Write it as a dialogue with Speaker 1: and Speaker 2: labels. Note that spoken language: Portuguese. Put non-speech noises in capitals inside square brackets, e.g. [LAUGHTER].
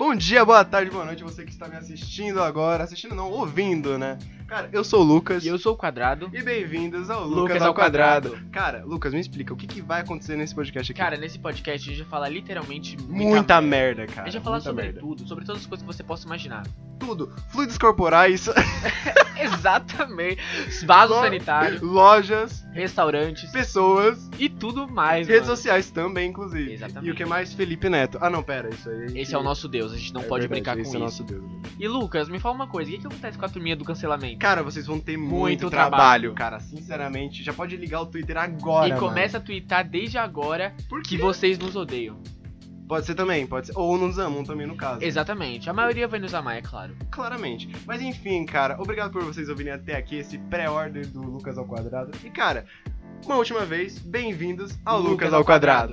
Speaker 1: Bom dia, boa tarde, boa noite, você que está me assistindo agora. Assistindo não, ouvindo, né? Cara, eu sou o Lucas.
Speaker 2: E eu sou o Quadrado.
Speaker 1: E bem-vindos ao Lucas, ao quadrado. Cara, Lucas, me explica, o que, que vai acontecer nesse podcast aqui?
Speaker 2: Cara, nesse podcast a gente vai falar literalmente
Speaker 1: muita, merda, cara.
Speaker 2: A gente vai falar
Speaker 1: muita
Speaker 2: sobre
Speaker 1: merda.
Speaker 2: tudo, sobre todas as coisas que você possa imaginar. [LAUGHS]
Speaker 1: tudo. Fluidos corporais,
Speaker 2: Exatamente. Vaso
Speaker 1: Lo- [LAUGHS]
Speaker 2: sanitário,
Speaker 1: lojas,
Speaker 2: restaurantes
Speaker 1: pessoas,
Speaker 2: e tudo mais.
Speaker 1: redes
Speaker 2: mano.
Speaker 1: sociais também, inclusive.
Speaker 2: Exatamente.
Speaker 1: E o que mais? Felipe Neto. Ah, não, pera, isso aí. a gente-
Speaker 2: Esse é o nosso Deus, a gente não
Speaker 1: É
Speaker 2: pode
Speaker 1: verdade,
Speaker 2: brincar com
Speaker 1: esse
Speaker 2: isso.
Speaker 1: é o nosso Deus.
Speaker 2: E Lucas, me fala uma coisa, o que, que acontece com a turminha do cancelamento?
Speaker 1: Cara, vocês vão ter muito,
Speaker 2: Muito
Speaker 1: trabalho, cara. Sinceramente, já pode ligar o Twitter agora.
Speaker 2: e
Speaker 1: mano.
Speaker 2: começa a twittar desde agora
Speaker 1: Por
Speaker 2: que
Speaker 1: quê?
Speaker 2: vocês nos odeiam.
Speaker 1: Pode ser também, pode ser. Ou nos amam também, no caso.
Speaker 2: Exatamente. A maioria vai nos amar, é claro.
Speaker 1: Claramente. Mas enfim, cara, obrigado por vocês ouvirem até aqui esse pré-order do Lucas ao Quadrado. E, cara, uma última vez, bem-vindos ao Lucas, ao Quadrado.